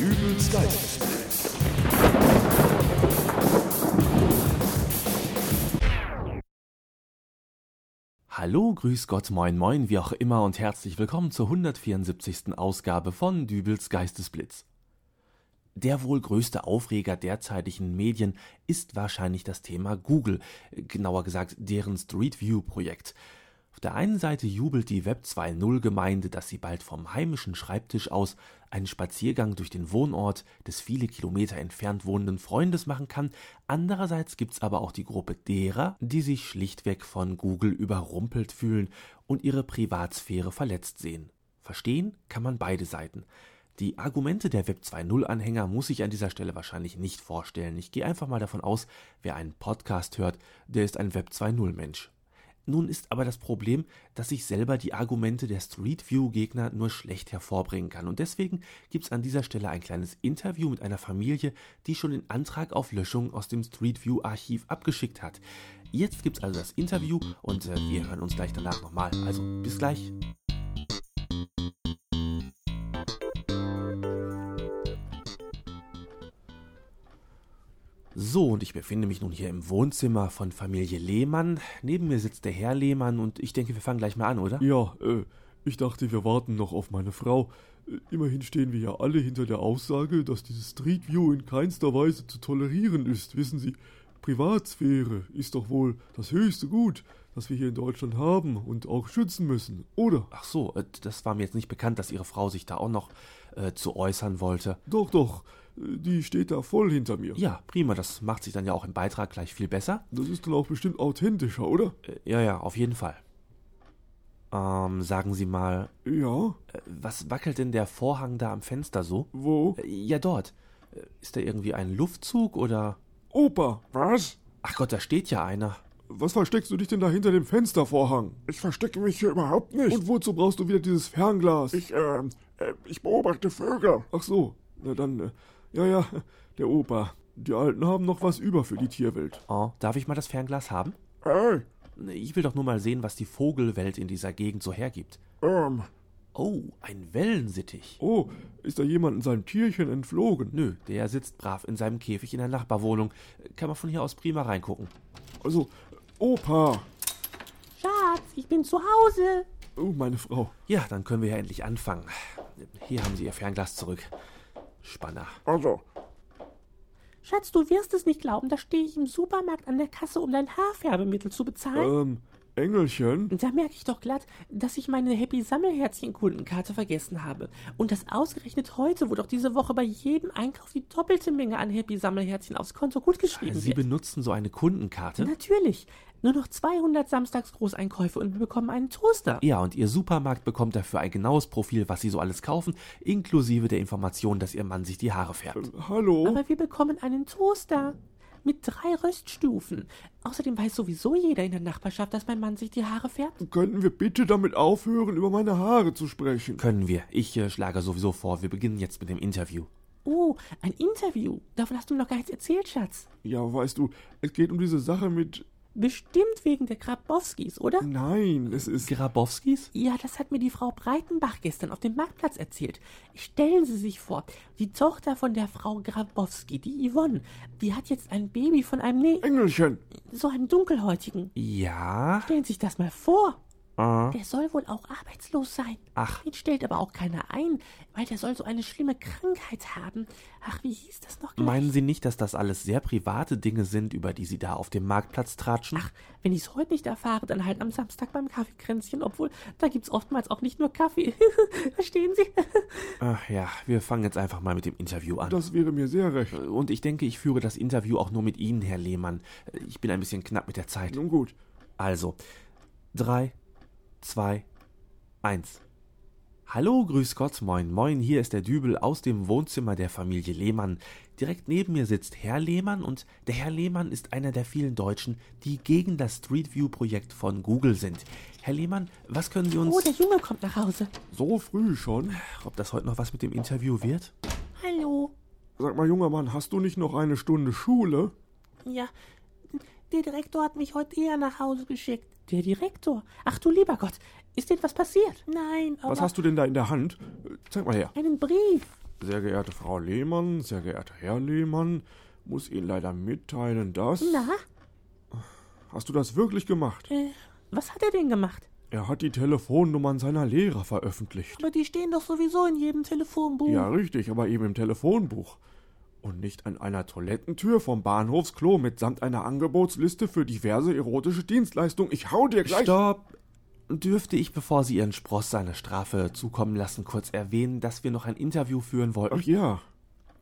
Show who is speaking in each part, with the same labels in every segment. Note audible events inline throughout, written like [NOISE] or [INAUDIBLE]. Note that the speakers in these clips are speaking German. Speaker 1: des Geistes.
Speaker 2: Hallo, grüß Gott, moin, moin, wie auch immer und herzlich willkommen zur 174. Ausgabe von Dübels Geistesblitz. Der wohl größte Aufreger derzeitigen Medien ist wahrscheinlich das Thema Google, genauer gesagt deren Street View Projekt. Auf der einen Seite jubelt die Web 2.0 Gemeinde, dass sie bald vom heimischen Schreibtisch aus einen Spaziergang durch den Wohnort des viele Kilometer entfernt wohnenden Freundes machen kann. Andererseits gibt's aber auch die Gruppe derer, die sich schlichtweg von Google überrumpelt fühlen und ihre Privatsphäre verletzt sehen. Verstehen kann man beide Seiten. Die Argumente der Web 2.0 Anhänger muss ich an dieser Stelle wahrscheinlich nicht vorstellen. Ich gehe einfach mal davon aus, wer einen Podcast hört, der ist ein Web 2.0 Mensch. Nun ist aber das Problem, dass ich selber die Argumente der Street View Gegner nur schlecht hervorbringen kann. Und deswegen gibt's an dieser Stelle ein kleines Interview mit einer Familie, die schon den Antrag auf Löschung aus dem Street View Archiv abgeschickt hat. Jetzt gibt's also das Interview und äh, wir hören uns gleich danach nochmal. Also bis gleich. So, und ich befinde mich nun hier im Wohnzimmer von Familie Lehmann. Neben mir sitzt der Herr Lehmann und ich denke, wir fangen gleich mal an, oder?
Speaker 3: Ja, äh, ich dachte, wir warten noch auf meine Frau. Äh, Immerhin stehen wir ja alle hinter der Aussage, dass dieses Street View in keinster Weise zu tolerieren ist, wissen Sie. Privatsphäre ist doch wohl das höchste Gut, das wir hier in Deutschland haben und auch schützen müssen, oder?
Speaker 2: Ach so, äh, das war mir jetzt nicht bekannt, dass Ihre Frau sich da auch noch äh, zu äußern wollte.
Speaker 3: Doch, doch, äh, die steht da voll hinter mir.
Speaker 2: Ja, prima, das macht sich dann ja auch im Beitrag gleich viel besser.
Speaker 3: Das ist dann auch bestimmt authentischer, oder?
Speaker 2: Äh, ja, ja, auf jeden Fall. Ähm, sagen Sie mal,
Speaker 3: Ja,
Speaker 2: äh, was wackelt denn der Vorhang da am Fenster so?
Speaker 3: wo?
Speaker 2: Äh, ja, dort. Äh, Ist da irgendwie ein Luftzug oder.
Speaker 3: Opa! Was?
Speaker 2: Ach Gott, da steht ja einer.
Speaker 3: Was versteckst du dich denn da hinter dem Fenstervorhang?
Speaker 4: Ich verstecke mich hier überhaupt nicht.
Speaker 3: Und wozu brauchst du wieder dieses Fernglas?
Speaker 4: ich, ähm, äh, ich beobachte Vögel.
Speaker 3: Ach so, na dann, äh, ja, ja, der Opa. Die Alten haben noch was über für die Tierwelt.
Speaker 2: Oh, darf ich mal das Fernglas haben?
Speaker 4: Hey,
Speaker 2: Ich will doch nur mal sehen, was die Vogelwelt in dieser Gegend so hergibt.
Speaker 4: ähm,
Speaker 2: Oh, ein Wellensittich.
Speaker 3: Oh, ist da jemand in seinem Tierchen entflogen?
Speaker 2: Nö, der sitzt brav in seinem Käfig in der Nachbarwohnung. Kann man von hier aus prima reingucken.
Speaker 3: Also, äh, Opa!
Speaker 5: Schatz, ich bin zu Hause.
Speaker 3: Oh, meine Frau.
Speaker 2: Ja, dann können wir ja endlich anfangen. Hier haben Sie Ihr Fernglas zurück. Spanner.
Speaker 4: also,
Speaker 5: Schatz, du wirst es nicht glauben, da stehe ich im Supermarkt an der Kasse, um dein Haarfärbemittel zu bezahlen.
Speaker 3: Ähm, Engelchen?
Speaker 5: Da merke ich doch glatt, dass ich meine Happy Sammelherzchen Kundenkarte vergessen habe. Und das ausgerechnet heute, wo doch diese Woche bei jedem Einkauf die doppelte Menge an Happy Sammelherzchen aufs Konto gutgeschrieben
Speaker 2: Sie
Speaker 5: wird.
Speaker 2: benutzen so eine Kundenkarte?
Speaker 5: Natürlich. Nur noch 200 Samstagsgroßeinkäufe und wir bekommen einen Toaster.
Speaker 2: Ja, und Ihr Supermarkt bekommt dafür ein genaues Profil, was Sie so alles kaufen, inklusive der Information, dass Ihr Mann sich die Haare färbt.
Speaker 3: Ähm, hallo?
Speaker 5: Aber wir bekommen einen Toaster mit drei Röststufen. Außerdem weiß sowieso jeder in der Nachbarschaft, dass mein Mann sich die Haare färbt.
Speaker 3: Könnten wir bitte damit aufhören, über meine Haare zu sprechen?
Speaker 2: Können wir. Ich äh, schlage sowieso vor, wir beginnen jetzt mit dem Interview.
Speaker 5: Oh, ein Interview. Davon hast du mir noch gar nichts erzählt, Schatz.
Speaker 3: Ja, weißt du, es geht um diese Sache mit...
Speaker 5: Bestimmt wegen der Grabowskis, oder?
Speaker 3: Nein, es ist...
Speaker 2: Grabowskis?
Speaker 5: Ja, das hat mir die Frau Breitenbach gestern auf dem Marktplatz erzählt. Stellen Sie sich vor, die Tochter von der Frau Grabowski, die Yvonne, die hat jetzt ein Baby von einem, nee,
Speaker 3: Engelchen!
Speaker 5: so einem Dunkelhäutigen.
Speaker 2: Ja.
Speaker 5: Stellen Sie sich das mal vor.
Speaker 2: Äh,
Speaker 5: Der soll wohl auch arbeitslos sein.
Speaker 2: Ach.
Speaker 5: Ihn stellt aber auch keiner ein, weil der soll so eine schlimme Krankheit haben. Ach, wie hieß das noch gleich?
Speaker 2: meinen Sie nicht, dass das alles sehr private Dinge sind, über die Sie da auf dem Marktplatz tratschen?
Speaker 5: Ach, wenn ich's heute nicht erfahre, dann halt am Samstag beim Kaffeekränzchen, obwohl da gibt's oftmals auch nicht nur Kaffee. [LAUGHS] Verstehen Sie?
Speaker 2: Ach ja, wir fangen jetzt einfach mal mit dem Interview an.
Speaker 3: Das wäre mir sehr recht.
Speaker 2: Und ich denke, ich führe das Interview auch nur mit Ihnen, Herr Lehmann. Ich bin ein bisschen knapp mit der Zeit.
Speaker 3: Nun gut.
Speaker 2: Also, drei, zwei, eins. Hallo, grüß Gott, moin, moin. Hier ist der Dübel aus dem Wohnzimmer der Familie Lehmann. Direkt neben mir sitzt Herr Lehmann und der Herr Lehmann ist einer der vielen Deutschen, die gegen das Street View Projekt von Google sind. Herr Lehmann, was können Sie uns.
Speaker 5: Oh, der Junge kommt nach Hause.
Speaker 3: So früh schon?
Speaker 2: ob das heute noch was mit dem Interview wird?
Speaker 5: Hallo.
Speaker 3: Sag mal, junger Mann, hast du nicht noch eine Stunde Schule?
Speaker 5: Ja, der Direktor hat mich heute eher nach Hause geschickt. Der Direktor? Ach du lieber Gott, ist etwas passiert? Nein, aber
Speaker 3: Was hast du denn da in der Hand? Äh, Zeig mal her.
Speaker 5: einen Brief.
Speaker 3: Sehr geehrte Frau Lehmann, sehr geehrter Herr Lehmann, muss Ihnen leider mitteilen, dass.
Speaker 5: Na,
Speaker 3: Hast du das wirklich gemacht?
Speaker 5: äh, was hat er denn gemacht?
Speaker 3: Er hat die Telefonnummern seiner Lehrer veröffentlicht.
Speaker 5: Aber die stehen doch sowieso in jedem Telefonbuch.
Speaker 3: Ja, richtig, aber eben im Telefonbuch. Und nicht an einer Toilettentür vom Bahnhofsklo mitsamt einer Angebotsliste für diverse erotische Dienstleistungen. Ich hau dir gleich.
Speaker 2: Stopp! Dürfte ich, bevor Sie Ihren Spross seine Strafe zukommen lassen, kurz erwähnen, dass wir noch ein Interview führen wollten?
Speaker 3: Ach ja.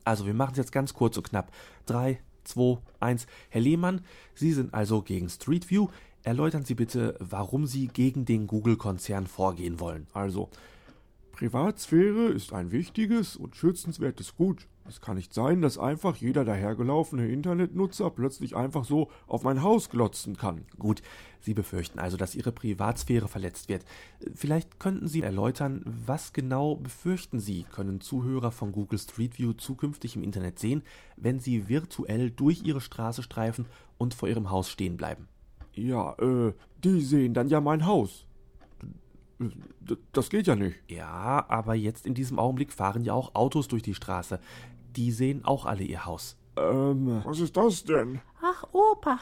Speaker 2: Also, wir machen es jetzt ganz kurz und knapp. Drei, zwei, eins. Herr Lehmann, Sie sind also gegen Street View. Erläutern Sie bitte, warum Sie gegen den Google-Konzern vorgehen wollen.
Speaker 3: Also, Privatsphäre ist ein wichtiges und schützenswertes Gut. Es kann nicht sein, dass einfach jeder dahergelaufene Internetnutzer plötzlich einfach so auf mein Haus glotzen kann.
Speaker 2: Gut, Sie befürchten also, dass Ihre Privatsphäre verletzt wird. Vielleicht könnten Sie erläutern, was genau befürchten Sie, können Zuhörer von Google Street View zukünftig im Internet sehen, wenn sie virtuell durch Ihre Straße streifen und vor Ihrem Haus stehen bleiben.
Speaker 3: Ja, äh, die sehen dann ja mein Haus. D- Das geht ja nicht.
Speaker 2: Ja, aber jetzt in diesem Augenblick fahren ja auch Autos durch die Straße. Die sehen auch alle Ihr Haus.
Speaker 3: Ähm,
Speaker 4: Was ist das denn?
Speaker 5: Ach, Opa,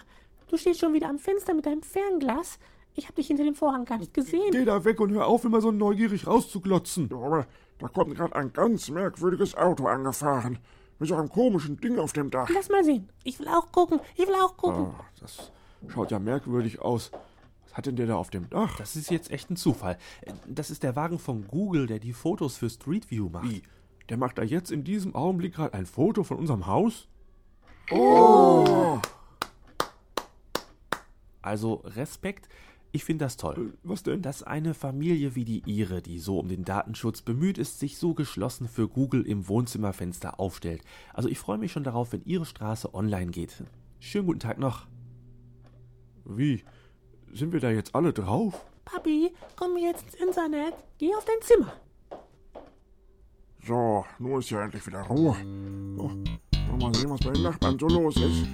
Speaker 5: du stehst schon wieder am Fenster mit deinem Fernglas. Ich habe dich hinter dem Vorhang gar nicht gesehen.
Speaker 3: geh da weg und hör auf, immer so neugierig rauszuglotzen.
Speaker 4: Du, aber da kommt gerade ein ganz merkwürdiges Auto angefahren. Mit so einem komischen Ding auf dem Dach.
Speaker 5: Lass mal sehen. Ich will auch gucken. Ich will auch gucken.
Speaker 3: Ah, Das schaut ja merkwürdig aus. Was hat denn der da auf dem Dach?
Speaker 2: Das ist jetzt echt ein Zufall. Das ist der Wagen von Google, der die Fotos für Street View macht.
Speaker 3: Wie? Der macht da jetzt in diesem Augenblick gerade ein Foto von unserem Haus?
Speaker 4: Oh.
Speaker 2: Also Respekt, ich finde das
Speaker 3: Äh,
Speaker 2: toll.
Speaker 3: Was denn?
Speaker 2: Dass eine Familie wie die ihre, die so um den Datenschutz bemüht ist, sich so geschlossen für Google im Wohnzimmerfenster aufstellt. Also ich freue mich schon darauf, wenn Ihre Straße online geht. Schönen guten Tag noch.
Speaker 3: Wie? Sind wir da jetzt alle drauf?
Speaker 5: Papi, komm mir jetzt ins Internet. Geh auf dein Zimmer.
Speaker 4: So, nun ist ja endlich wieder Ruhe. Oh, wollen wir mal sehen, was bei den Nachbarn so los ist.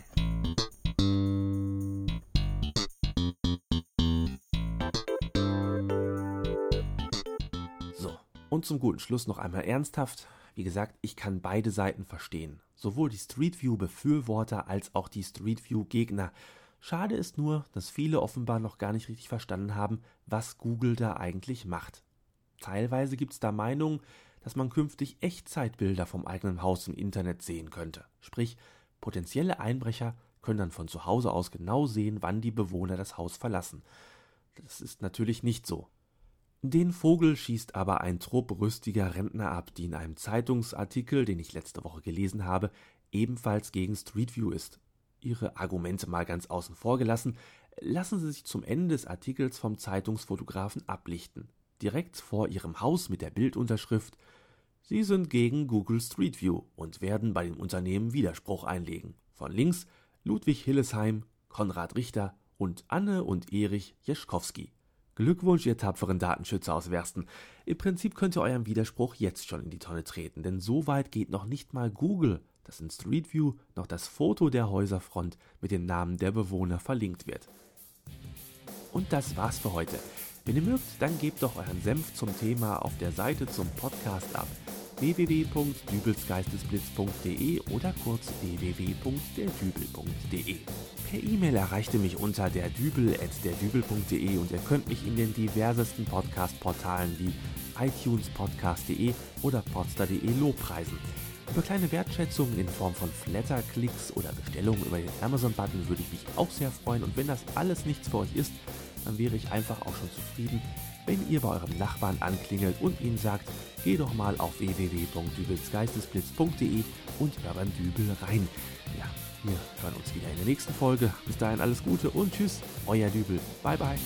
Speaker 2: So, und zum guten Schluss noch einmal ernsthaft. Wie gesagt, ich kann beide Seiten verstehen. Sowohl die Street View Befürworter als auch die Street View Gegner. Schade ist nur, dass viele offenbar noch gar nicht richtig verstanden haben, was Google da eigentlich macht. Teilweise gibt es da Meinungen, dass man künftig Echtzeitbilder vom eigenen Haus im Internet sehen könnte. Sprich, potenzielle Einbrecher können dann von zu Hause aus genau sehen, wann die Bewohner das Haus verlassen. Das ist natürlich nicht so. Den Vogel schießt aber ein Trupp rüstiger Rentner ab, die in einem Zeitungsartikel, den ich letzte Woche gelesen habe, ebenfalls gegen Street View ist. Ihre Argumente mal ganz außen vor gelassen, lassen Sie sich zum Ende des Artikels vom Zeitungsfotografen ablichten. Direkt vor Ihrem Haus mit der Bildunterschrift Sie sind gegen Google Street View und werden bei dem Unternehmen Widerspruch einlegen. Von links Ludwig Hillesheim, Konrad Richter und Anne und Erich Jeschkowski. Glückwunsch, ihr tapferen Datenschützer aus Wersten. Im Prinzip könnt ihr euren Widerspruch jetzt schon in die Tonne treten, denn so weit geht noch nicht mal Google, dass in Street View noch das Foto der Häuserfront mit den Namen der Bewohner verlinkt wird. Und das war's für heute. Wenn ihr mögt, dann gebt doch euren Senf zum Thema auf der Seite zum Podcast ab www.dübelsgeistesblitz.de oder kurz www.derdübel.de. Per E-Mail erreicht ihr mich unter derdübel.derdübel.de und ihr könnt mich in den diversesten Podcast-Portalen wie iTunes-Podcast.de oder podster.de lobpreisen. Über kleine Wertschätzungen in Form von Flatter, Klicks oder Bestellungen über den Amazon-Button würde ich mich auch sehr freuen. Und wenn das alles nichts für euch ist, dann wäre ich einfach auch schon zufrieden, wenn ihr bei eurem Nachbarn anklingelt und ihm sagt, geh doch mal auf www.dübelsgeistesblitz.de und hör beim Dübel rein. Ja, wir hören uns wieder in der nächsten Folge. Bis dahin alles Gute und tschüss, euer Dübel. Bye bye.